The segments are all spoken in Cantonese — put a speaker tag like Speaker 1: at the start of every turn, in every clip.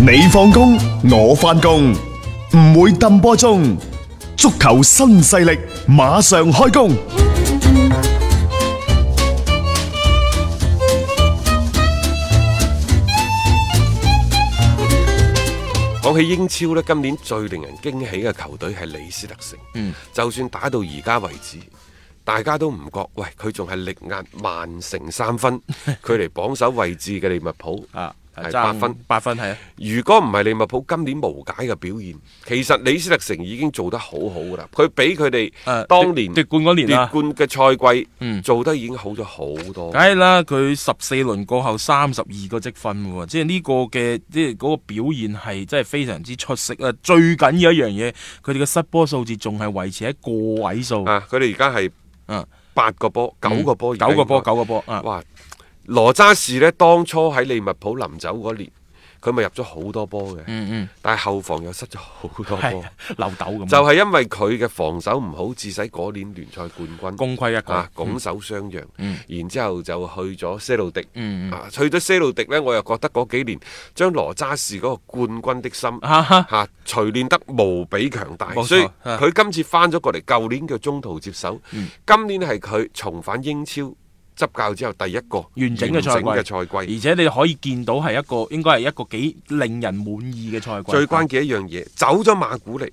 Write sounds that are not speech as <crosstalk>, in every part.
Speaker 1: 你放工，我翻工，唔會抌波鐘。足球新勢力馬上開工。
Speaker 2: 講起英超呢，今年最令人驚喜嘅球隊係李斯特城。嗯，就算打到而家為止，大家都唔覺，喂，佢仲係力壓曼城三
Speaker 3: <laughs>
Speaker 2: 分，距離榜首位置嘅利物浦
Speaker 3: 啊，
Speaker 2: 係
Speaker 3: 爭
Speaker 2: 八分。
Speaker 3: 八分係啊，
Speaker 2: 如果唔係利物浦今年無解嘅表現，其實李斯特城已經做得好好噶啦。佢比佢哋
Speaker 3: 誒
Speaker 2: 當年
Speaker 3: 啊奪奪冠嗰年啊
Speaker 2: 奪冠嘅賽季，
Speaker 3: 嗯
Speaker 2: 做得已經好咗好多。
Speaker 3: 梗係啦，佢十四輪過後三十二個積分喎，即係呢個嘅即係嗰個表現係真係非常之出色啊！最緊要一樣嘢，佢哋嘅失波數字仲係維持喺個位數，
Speaker 2: 啊，佢哋而家係
Speaker 3: 嗯
Speaker 2: 八個波、九個波、
Speaker 3: 九個波，九個波啊！
Speaker 2: 哇！羅渣士呢，當初喺利物浦臨走嗰年，佢咪入咗好多波嘅，
Speaker 3: 嗯嗯，
Speaker 2: 但係後防又失咗好多
Speaker 3: 係
Speaker 2: 波，
Speaker 3: 漏斗咁，
Speaker 2: <laughs>
Speaker 3: 啊
Speaker 2: 就係因為佢嘅防守唔好，致使嗰年聯賽冠軍
Speaker 3: 功虧一
Speaker 2: 啊
Speaker 3: 簣。
Speaker 2: 拱手相讓，
Speaker 3: 嗯
Speaker 2: 然之後就去咗些路迪。
Speaker 3: 嗯嗯
Speaker 2: 啊去咗些路迪呢，我又覺得嗰幾年將羅渣士嗰個冠軍的心
Speaker 3: 哈啊哈
Speaker 2: 嚇錘煉得無比強大，
Speaker 3: 冇錯
Speaker 2: 所以
Speaker 3: 啊
Speaker 2: 佢今次翻咗過嚟，舊年叫中途接手，今年係佢重返英超執教之後第一個
Speaker 3: 完整嘅賽季，
Speaker 2: 完整嘅賽季。
Speaker 3: 而且你可以見到係一個應該係一個幾令人滿意嘅賽季。
Speaker 2: 最關鍵一樣嘢，走咗馬古尼，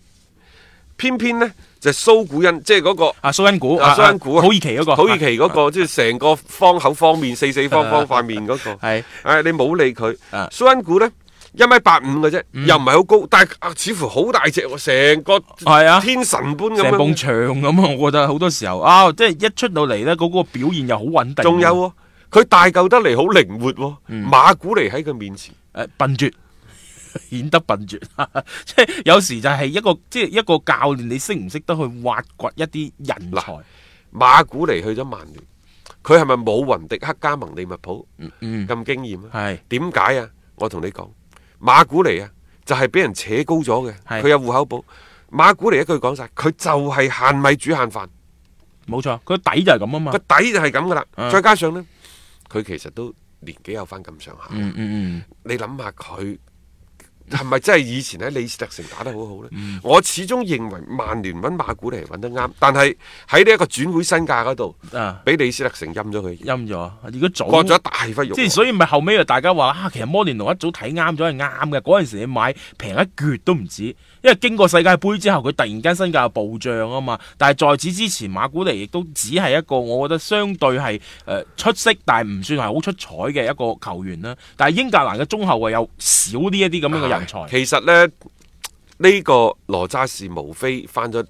Speaker 2: 偏偏呢就蘇古恩，即係嗰個。
Speaker 3: 啊，蘇恩古
Speaker 2: 啊，蘇恩古啊
Speaker 3: 土耳其嗰個，
Speaker 2: 土耳其嗰個即係成個方口方面四四
Speaker 3: <laughs>
Speaker 2: 方方塊面嗰個，
Speaker 3: 係
Speaker 2: 唉，你冇理佢
Speaker 3: 啊。
Speaker 2: 蘇恩古呢，一米八五嘅啫，又唔係好高，但係啊似乎好大隻喎，成個
Speaker 3: 係啊
Speaker 2: 天神般咁
Speaker 3: 成埲
Speaker 2: 樣。
Speaker 3: 牆咁啊！我覺得好多時候啊，即係一出到嚟呢，嗰、個表現又好穩定。嗯
Speaker 2: 仲有喎，佢大嚿得嚟好靈活喎，馬古尼喺佢面前，
Speaker 3: 誒、笨拙， <laughs> 顯得笨拙。 <laughs> 即係有時就係一個即係一個教練，你識唔識得去挖掘一啲人才
Speaker 2: 嗱？馬古尼去咗曼聯，佢係咪冇雲迪克加盟利物浦
Speaker 3: 嗯，
Speaker 2: 咁驚豔啊？
Speaker 3: 係
Speaker 2: 點解啊？我同你講，馬古尼啊，就係俾人扯高咗嘅，
Speaker 3: 係
Speaker 2: 佢有户口簿。馬古尼一句講晒，佢就係限米煮限飯。
Speaker 3: 冇錯，佢底就係咁啊嘛
Speaker 2: 個。底就係咁噶啦。
Speaker 3: 嗯
Speaker 2: 再加上呢，佢其實都年紀有翻咁上下。
Speaker 3: 嗯嗯
Speaker 2: 你諗下佢係咪真係以前喺李斯特城打得好好呢？
Speaker 3: 嗯
Speaker 2: 我始終認為曼聯揾馬古尼揾得啱，但係喺呢一個轉會身價嗰度，
Speaker 3: 嗯，啊，
Speaker 2: 俾李斯特城陰咗佢，
Speaker 3: 陰咗。如果早
Speaker 2: 割咗一大忽肉。啊
Speaker 3: 即係所以咪後尾就大家話啊，其實摩連奴一早睇啱咗係啱嘅，嗰陣時你買平一橛都唔止，因為經過世界盃之後，佢突然間身價又暴漲啊嘛。但係在此之前，馬古尼亦都只係一個我覺得相對係誒、呃出色，但係唔算係好出彩嘅一個球員啦。但係英格蘭嘅中後衞又少呢一啲咁樣嘅人才，
Speaker 2: 啊其實呢，呢、個羅渣士無非翻咗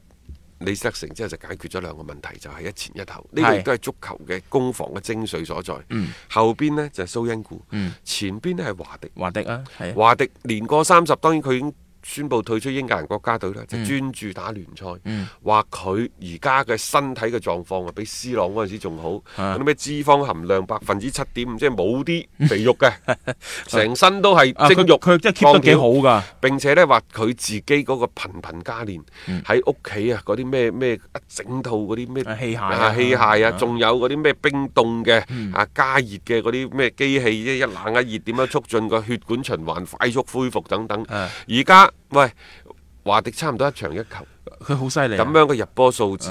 Speaker 2: 李斯特城之後就解決咗兩個問題，就係、一前一後。呢、個
Speaker 3: 係
Speaker 2: 亦都係足球嘅攻防嘅精髓所在。
Speaker 3: 嗯
Speaker 2: 後邊呢就係、蘇恩古，
Speaker 3: 嗯
Speaker 2: 前邊呢係華迪。
Speaker 3: 華迪啊，係啊
Speaker 2: 華迪年過三十，當然佢已經宣布退出英格蘭國家隊啦，就
Speaker 3: 嗯
Speaker 2: 專注打聯賽。話佢而家嘅身體嘅狀況啊，比 C 朗嗰陣時仲好。
Speaker 3: 啊
Speaker 2: 嗰啲咩脂肪含量百分之七點五，即係冇啲肥肉
Speaker 3: <laughs>
Speaker 2: 嘅，成身都係
Speaker 3: 啊，佢
Speaker 2: 精肉。
Speaker 3: 佢真係 keep 得幾好
Speaker 2: 鋼條。
Speaker 3: 㗎，
Speaker 2: 並且呢話佢自己嗰個頻頻加練
Speaker 3: 嗯
Speaker 2: 喺屋企啊，嗰啲咩咩一整套嗰啲咩
Speaker 3: 啊器械啊
Speaker 2: 啊器械啊，
Speaker 3: 啊嗯
Speaker 2: 仲有嗰啲咩冰凍嘅啊加熱嘅嗰啲咩機器，一一冷一熱點樣促進個血管循環快速恢復等等。
Speaker 3: 啊
Speaker 2: 而家喂華迪差唔多一場一球
Speaker 3: 佢好犀利啊。
Speaker 2: 咁樣嘅入波數字，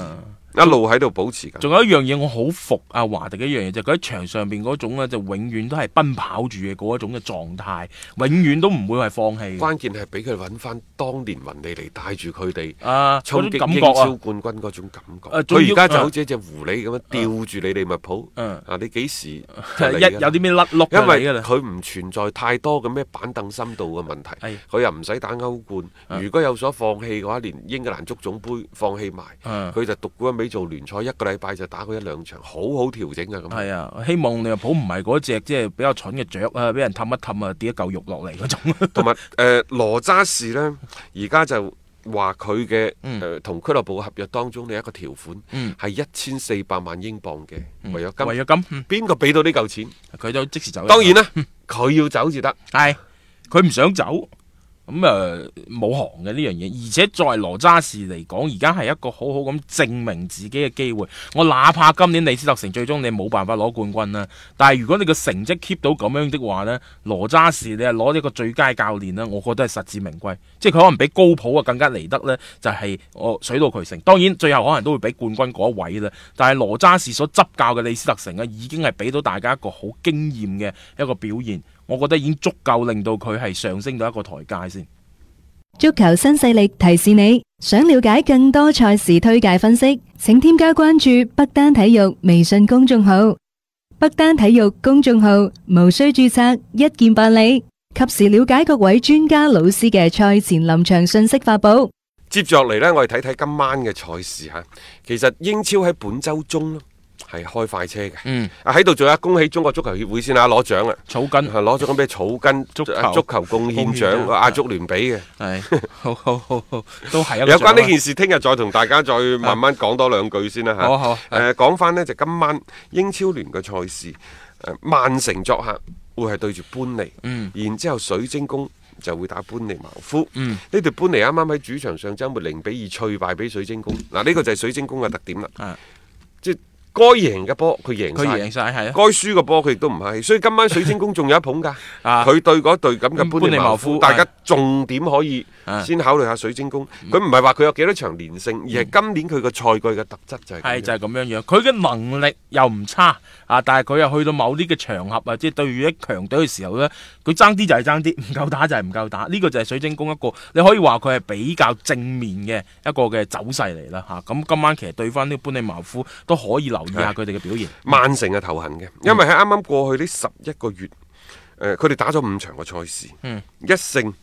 Speaker 2: 一路喺度保持緊。
Speaker 3: 仲有一樣嘢我好服阿華迪嘅一樣嘢，就係佢喺場上邊嗰種咧，就永遠都係奔跑住嘅嗰一種嘅狀態，永遠都唔會係放棄嘅。
Speaker 2: 嗯關鍵係俾佢揾翻當年雲尼尼帶住佢哋。
Speaker 3: 啊，嗰
Speaker 2: 衝
Speaker 3: 種
Speaker 2: 擊
Speaker 3: 感
Speaker 2: 英
Speaker 3: 覺
Speaker 2: 超
Speaker 3: 啊，
Speaker 2: 冠軍嗰種感覺，
Speaker 3: 啊仲要
Speaker 2: 佢而家就好似一隻狐狸咁樣吊住你利物浦。
Speaker 3: 嗯
Speaker 2: 啊，你幾時就嚟
Speaker 3: 係
Speaker 2: 㗎
Speaker 3: <laughs> 一有啲咩甩碌啊
Speaker 2: 因
Speaker 3: 嘅
Speaker 2: 為
Speaker 3: 㗎啦。
Speaker 2: 佢唔存在太多嘅咩板凳深度嘅問
Speaker 3: 係啊
Speaker 2: 題，佢又唔使打歐冠。如果有所放棄嘅話，連英格蘭足總杯放棄埋，
Speaker 3: 嗯
Speaker 2: 佢就獨沽一味做聯賽，一個禮拜就打佢一兩場，好好調整啊咁。
Speaker 3: 係啊，希望利物浦唔係嗰只即係比較蠢嘅雀啊，俾人氹一氹啊，跌一嚿肉落嚟嗰種。
Speaker 2: 同埋誒羅渣士呢，而家就話佢嘅誒同俱樂部嘅合約當中，你一個條款
Speaker 3: 嗯
Speaker 2: 係一千四百萬英鎊嘅違約金。
Speaker 3: 為咗金，嗯
Speaker 2: 邊個俾到呢嚿錢？
Speaker 3: 佢就即時走。
Speaker 2: 當然啦，佢要走至得。
Speaker 3: 係佢唔想走，咁誒冇行嘅呢樣嘢，而且作為羅渣士嚟講，而家係一個好好咁證明自己嘅機會。我哪怕今年李斯特城最終你冇辦法攞冠軍啦，但係如果你個成績 keep 到咁樣的話呢，羅渣士你係攞呢個最佳教練呢，我覺得係實至名歸。即係佢可能比高普啊更加嚟得呢，就係、我水到渠成。當然最後可能都會俾冠軍嗰一位啦，但係羅渣士所執教嘅李斯特城啊，已經係俾到大家一個好驚豔嘅一個表現。我覺得已經足夠令到佢係上升到一個台階先。
Speaker 4: 足球新勢力提示你，想了解更多賽事推介分析，請添加關注北單體育微信公眾號。北單體育公眾號無需注冊，一鍵辦理，及時了解各位專家老師嘅賽前臨場信息發布。
Speaker 2: 接着嚟呢，我哋睇睇今晚嘅賽事吓。其實英超喺本周中呢，係開快車嘅。
Speaker 3: 嗯，
Speaker 2: 啊喺度仲有恭喜中國足球協會先啦，攞獎啊！
Speaker 3: 草根
Speaker 2: 係攞咗咁咩草根
Speaker 3: 嗯
Speaker 2: 啊
Speaker 3: 足球
Speaker 2: 足球貢獻
Speaker 3: 貢獻獎啊
Speaker 2: 獎亞足聯俾嘅。
Speaker 3: 係好好好好，都係一個
Speaker 2: 有關
Speaker 3: 獎啊
Speaker 2: 呢件事，聽日再同大家再慢慢講多兩句先啦嚇。
Speaker 3: 好啊好啊
Speaker 2: 誒講翻呢，就今晚英超聯嘅賽事，誒曼城作客會係對住班尼，
Speaker 3: 嗯
Speaker 2: 然之後水晶宮就會打班尼茅夫。
Speaker 3: 嗯
Speaker 2: 呢隊班尼啱啱喺主場上週末零比二脆敗俾水晶宮，嗱呢個就係水晶宮嘅特點啦。
Speaker 3: 啊
Speaker 2: 即係該贏嘅波佢贏
Speaker 3: 佢
Speaker 2: 晒
Speaker 3: 贏晒係啊，
Speaker 2: 該輸嘅波佢亦都唔係，所以今晚水晶宮仲有一捧㗎。
Speaker 3: <laughs> 啊
Speaker 2: 佢對嗰隊咁嘅
Speaker 3: 班
Speaker 2: 班
Speaker 3: 尼
Speaker 2: 尼
Speaker 3: 茅
Speaker 2: 茅夫，
Speaker 3: 夫
Speaker 2: 啊大家重點可以
Speaker 3: 啊嗯
Speaker 2: 先考慮下水晶宮。佢唔係話佢有幾多場連勝，而係今年佢個賽季嘅特質就係咁
Speaker 3: 係
Speaker 2: 樣
Speaker 3: 就係咁樣樣。佢嘅能力又唔差啊，但係佢又去到某啲嘅場合啊，即係對於一強隊嘅時候呢，佢爭啲就係爭啲，唔夠打就係唔夠打。呢、個就係水晶宮一個，你可以話佢係比較正面嘅一個嘅走勢嚟啦嚇。咁、今晚其實對翻呢個班尼茅夫都可以留意下佢哋嘅表現。
Speaker 2: 曼城係頭痕嘅，
Speaker 3: 嗯
Speaker 2: 因為喺啱啱過去呢十一個月，誒、呃佢哋打咗五場嘅賽事，
Speaker 3: 嗯
Speaker 2: 一勝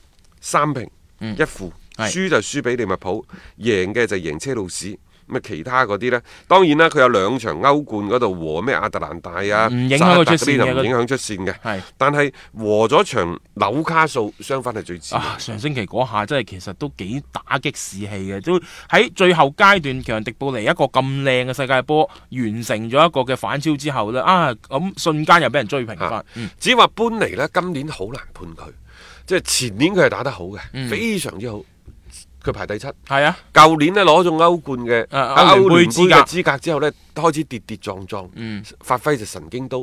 Speaker 2: 三平、一負，
Speaker 3: 係
Speaker 2: 輸就輸俾利物浦，贏嘅就贏車路士。咁啊，其他嗰啲呢？當然啦，佢有兩場歐冠嗰度和咩亞特蘭大啊，
Speaker 3: 嗯唔影響佢出線嘅
Speaker 2: 沙特嗰啲就唔影響出線
Speaker 3: 係
Speaker 2: 嘅。但係和咗場紐卡素，相反係最遲。
Speaker 3: 啊！上星期嗰下真係其實都幾打擊士氣嘅，都喺最後階段，強迪布尼一個咁靚嘅世界波完成咗一個嘅反超之後呢，啊咁瞬間又俾人追平翻
Speaker 2: 啊，只話搬嚟呢，今年好難判佢，即係前年佢係打得好嘅，
Speaker 3: 嗯
Speaker 2: 非常之好，佢排第七。
Speaker 3: 係啊，
Speaker 2: 舊年呢，攞咗歐冠嘅
Speaker 3: 啊
Speaker 2: 啊
Speaker 3: 歐聯杯
Speaker 2: 歐聯杯
Speaker 3: 資格
Speaker 2: 嘅資格之後呢，開始跌跌撞撞，
Speaker 3: 嗯
Speaker 2: 發揮就神經刀。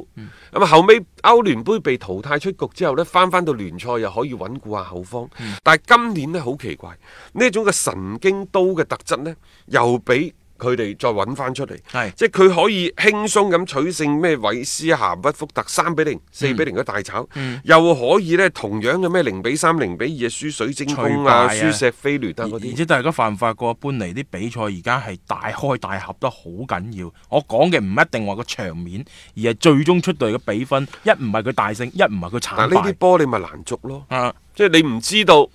Speaker 2: 咁、後尾歐聯杯被淘汰出局之後呢，翻翻到聯賽又可以穩固下後方。
Speaker 3: 嗯
Speaker 2: 但係今年呢，好奇怪，呢種嘅神經刀嘅特質呢，又俾佢哋再揾翻出嚟。
Speaker 3: 係
Speaker 2: 即係佢可以輕鬆咁取勝咩韋斯咸不福特三比零、
Speaker 3: 嗯
Speaker 2: 四比零嘅大炒，又可以呢同樣嘅咩零比三、零比二啊輸水晶宮啊、
Speaker 3: 脆敗啊
Speaker 2: 輸石飛聯啊
Speaker 3: 而
Speaker 2: 嗰
Speaker 3: 而
Speaker 2: 啲。
Speaker 3: 且大家發唔發覺搬嚟啲比賽而家係大開大合得好緊要。我講嘅唔一定話個場面，而係最終出隊嘅比分，一唔係佢大勝，一唔係
Speaker 2: 嗱
Speaker 3: 佢慘
Speaker 2: 呢啲
Speaker 3: 敗。
Speaker 2: 波你咪難捉咯，
Speaker 3: 啊，
Speaker 2: 即係你唔知道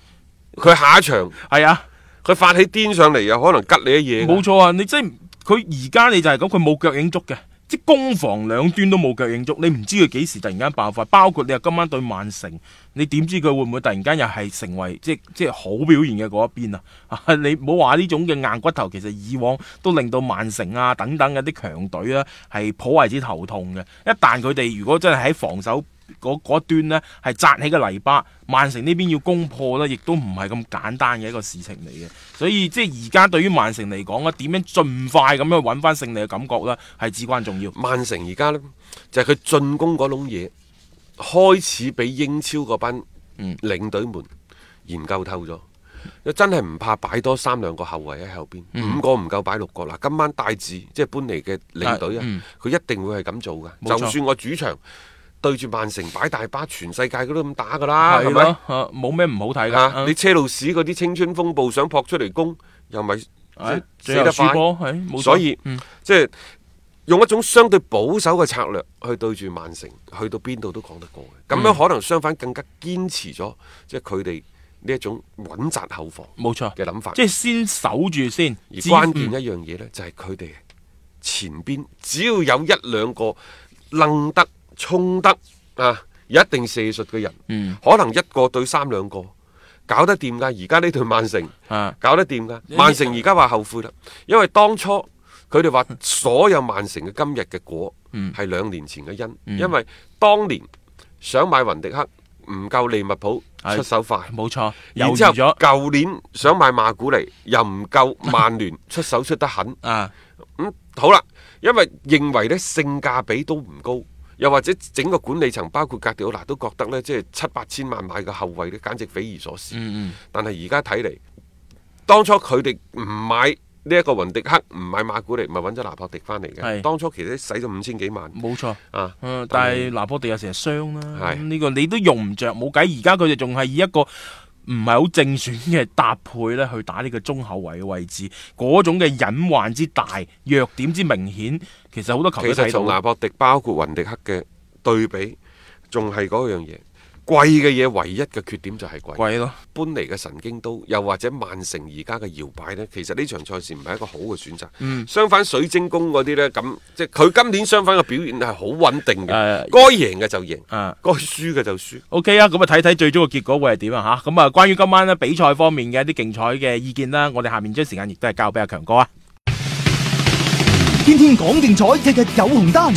Speaker 2: 佢下一場
Speaker 3: 係啊。
Speaker 2: 佢發起癲上嚟又可能吉你一嘢㗎。
Speaker 3: 冇錯啊！你即係佢而家你就係咁，佢冇腳影足嘅，即係攻防兩端都冇腳影足。你唔知佢幾時突然間爆發，包括你話今晚對曼城，你點知佢會唔會突然間又係成為即係 <laughs> 即係好表現嘅嗰一邊啊？啊 <laughs> 你唔好話呢種嘅硬骨頭，其實以往都令到曼城啊等等嘅啲強隊啊係頗為之頭痛嘅。一旦佢哋如果真係喺防守嗰嗰端呢係扎起個泥巴，曼城呢邊要攻破呢，亦都唔係咁簡單嘅一個事情嚟嘅。所以即係而家對於曼城嚟講咧，啊點樣盡快咁樣揾翻勝利嘅感覺呢，係至關重要。
Speaker 2: 曼城而家呢，就係佢進攻嗰窿嘢開始俾英超嗰班
Speaker 3: 嗯
Speaker 2: 領隊們研究透咗。真係唔怕擺多三兩個後衞喺後邊，
Speaker 3: 嗯
Speaker 2: 五個唔夠擺六個嗱。今晚大治即係搬嚟嘅領隊啊，佢、一定會係咁做
Speaker 3: 嗯冇錯
Speaker 2: 㗎。就算我主場對住曼城擺大巴，全世界佢都咁打㗎啦，
Speaker 3: 係
Speaker 2: 係
Speaker 3: 咯，
Speaker 2: 咪？
Speaker 3: 啊冇咩唔好睇
Speaker 2: 啊！
Speaker 3: 噶
Speaker 2: 你。車路士嗰啲青春風暴想撲出嚟攻，又咪
Speaker 3: 啊
Speaker 2: 即
Speaker 3: 最
Speaker 2: 係
Speaker 3: 後
Speaker 2: 死得
Speaker 3: 輸
Speaker 2: 快。
Speaker 3: 波係冇錯
Speaker 2: 所以
Speaker 3: 嗯
Speaker 2: 即係用一種相對保守嘅策略去對住曼城，去到邊度都講得過嘅。咁
Speaker 3: 嗯
Speaker 2: 樣可能相反更加堅持咗，即係佢哋呢一種穩紮後防
Speaker 3: 冇錯
Speaker 2: 嘅諗法。
Speaker 3: 即係先守住先，
Speaker 2: 而
Speaker 3: 至
Speaker 2: 關鍵
Speaker 3: 嗯
Speaker 2: 一樣嘢呢，就係佢哋前邊只要有一兩個楞得、衝得啊，有一定射術嘅人，
Speaker 3: 嗯
Speaker 2: 可能一個對三兩個，搞得掂㗎。而家呢隊曼城。
Speaker 3: 啊
Speaker 2: 搞得掂噶。曼城而家話後悔啦，因為當初佢哋話所有曼城嘅今日嘅果
Speaker 3: 嗯
Speaker 2: 係兩年前嘅因，因為當年想買雲迪克唔夠利物浦
Speaker 3: 係
Speaker 2: 出手快。
Speaker 3: 冇錯，
Speaker 2: 然
Speaker 3: 猶
Speaker 2: 之後，
Speaker 3: 豫咗
Speaker 2: 舊年想買馬古尼，又唔夠曼聯出手出得狠。 <laughs>
Speaker 3: 啊，
Speaker 2: 咁、好啦，因為認為呢性價比都唔高，又或者整個管理層包括格迪奧拿都覺得呢，即係七八千萬買個後衞呢，簡直匪夷所思。
Speaker 3: 嗯嗯，
Speaker 2: 但係而家睇嚟，當初佢哋唔買呢一個雲迪克，唔買馬古尼，咪揾咗拿破迪翻嚟嘅。
Speaker 3: 係
Speaker 2: 當初其實使咗五千幾萬
Speaker 3: 冇錯。
Speaker 2: 啊，
Speaker 3: 嗯，但係拿破地又成日傷啦，
Speaker 2: 係
Speaker 3: 咁呢個你都用唔着，冇計。而家佢哋仲係以一個唔係好正選嘅搭配咧，去打呢個中後衞嘅位置，嗰種嘅隱患之大、弱點之明顯，其實好多球
Speaker 2: 其
Speaker 3: 隊
Speaker 2: 實
Speaker 3: 睇
Speaker 2: 從
Speaker 3: 到。
Speaker 2: 拿破迪包括雲迪克嘅對比，仲係嗰樣嘢。貴嘅嘢唯一嘅缺點就係貴，
Speaker 3: 貴咯，
Speaker 2: 搬嚟嘅神經刀，又或者曼城而家嘅搖擺呢，其實呢場賽事唔係一個好嘅選擇。
Speaker 3: 嗯
Speaker 2: 相反水晶宮嗰啲呢，咁即係佢今年相反嘅表現係好穩定嘅，
Speaker 3: 誒
Speaker 2: 該贏嘅就贏，
Speaker 3: 啊
Speaker 2: 該輸嘅就輸。
Speaker 3: ，OK 啊，咁啊睇睇最終嘅結果會係點啊吓，咁啊關於今晚咧比賽方面嘅一啲競彩嘅意見啦，我哋下面將時間亦都係交俾阿強哥啊。
Speaker 5: 天天講競彩，日日有紅單。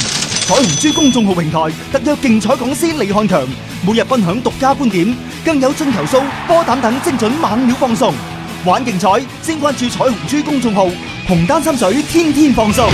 Speaker 5: 彩虹珠公眾號平台特約競彩講師李漢強，每日分享獨家觀點，更有進球數、波膽等精準猛料放送。玩競彩，先關注彩虹珠公眾號，紅單心水，天天放送。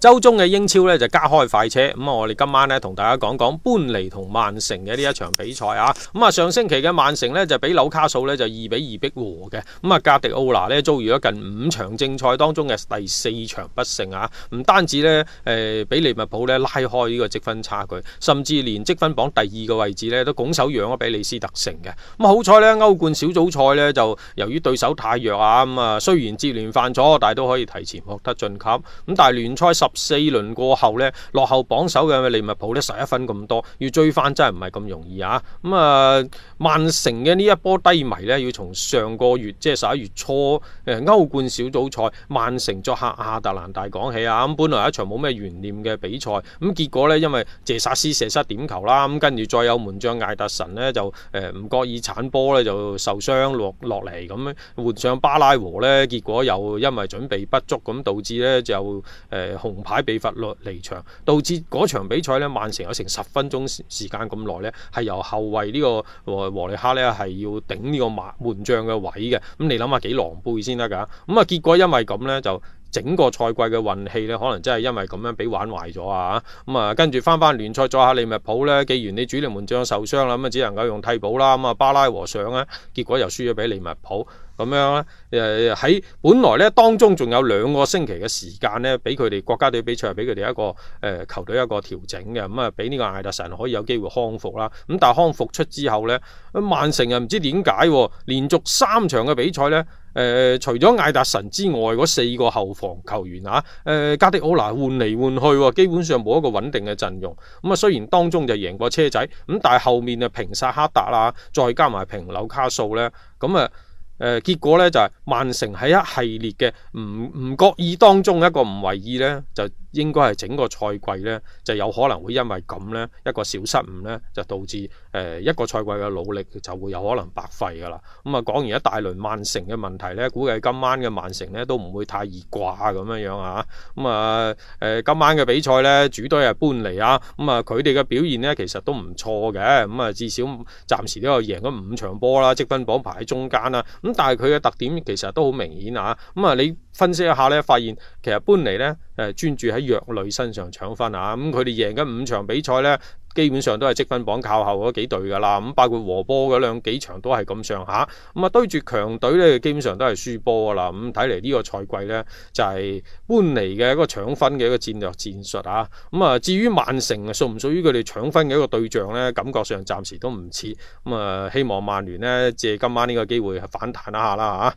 Speaker 6: 周中嘅英超呢就加開快車，咁啊我哋今晚呢同大家講講般尼同曼城嘅呢一場比賽啊，咁啊上星期嘅曼城呢就俾紐卡素呢就二比二逼和嘅，咁啊格迪奧拿呢遭遇咗近五場正賽當中嘅第四場不勝啊，唔單止呢誒俾利物浦呢拉開呢個積分差距，甚至連積分榜第二個位置呢都拱手讓咗俾李斯特城嘅，咁啊好彩呢歐冠小組賽呢就由於對手太弱啊，咁啊雖然接連犯錯，但係都可以提前獲得晉級，咁但係聯賽十四輪過後呢，落後榜首嘅利物浦呢，十一分咁多，要追翻真係唔係咁容易啊！咁、啊，曼城嘅呢一波低迷呢，要從上個月即係十一月初誒歐冠小組賽，曼城作客亞特蘭大講起啊！咁本來係一場冇咩懸念嘅比賽，咁結果呢，因為謝薩斯射失點球啦，咁跟住再有門將艾特神呢，就誒唔覺意鏟波呢，就受傷落落嚟咁樣，換上巴拉和呢，結果又因為準備不足咁導致呢就。誒、紅牌被罰落離場，導致嗰場比賽咧，曼城有成十分鐘時時間咁耐咧，係由後衞呢個和和利克咧係要頂呢個馬門將嘅位嘅，咁你諗下幾狼狽先得㗎？咁啊結果因為咁咧就。整個賽季嘅運氣咧，可能真係因為咁樣俾玩壞咗啊！咁啊，跟住翻翻聯賽再下利物浦咧，既然你主力門將受傷啦，咁啊只能夠用替補啦。咁啊，巴拉和尚咧，結果又輸咗俾利物浦。咁樣咧，誒喺本來咧當中仲有兩個星期嘅時間咧，俾佢哋國家隊比賽，俾佢哋一個誒、呃球隊一個調整嘅，咁啊俾呢個艾特神可以有機會康復啦。咁但係康復出之後咧，曼城啊又唔知點解喎連續三場嘅比賽咧。誒、呃除咗艾達臣之外，嗰四個後防球員啊，誒、加迪奧拿換嚟換去喎，基本上冇一個穩定嘅陣容。咁啊，雖然當中就贏過車仔，咁但係後面啊平薩克達啊，再加埋平紐卡素咧，咁啊。誒、結果咧就係、曼城喺一系列嘅唔唔覺意當中一個唔為意咧，就應該係整個賽季咧就有可能會因為咁咧一個小失誤咧，就導致誒、呃一個賽季嘅努力就會有可能白費㗎啦。咁、啊講完一大輪曼城嘅問題咧，估計今晚嘅曼城咧都唔會太易掛咁樣樣啊。咁啊誒今晚嘅比賽咧，主隊係搬嚟啊，咁啊佢哋嘅表現咧其實都唔錯嘅，咁、啊至少暫時都有贏咗五場波啦，積分榜排喺中間啦，咁、但係佢嘅特點其實都好明顯啊，咁、啊你分析一下咧，發現其實搬嚟咧誒專注喺弱旅身上搶分啊，咁佢哋贏緊五場比賽咧。基本上都係積分榜靠後嗰幾隊㗎啦，咁包括和波嗰兩幾場都係咁上下，咁啊對住強隊咧，基本上都係輸波㗎啦。咁睇嚟呢個賽季咧，就係、搬嚟嘅一個搶分嘅一個戰略戰術啊。咁啊，至於曼城屬唔屬於佢哋搶分嘅一個對象咧，感覺上暫時都唔似。咁啊，希望曼聯咧借今晚呢個機會反彈一下啦啊嚇。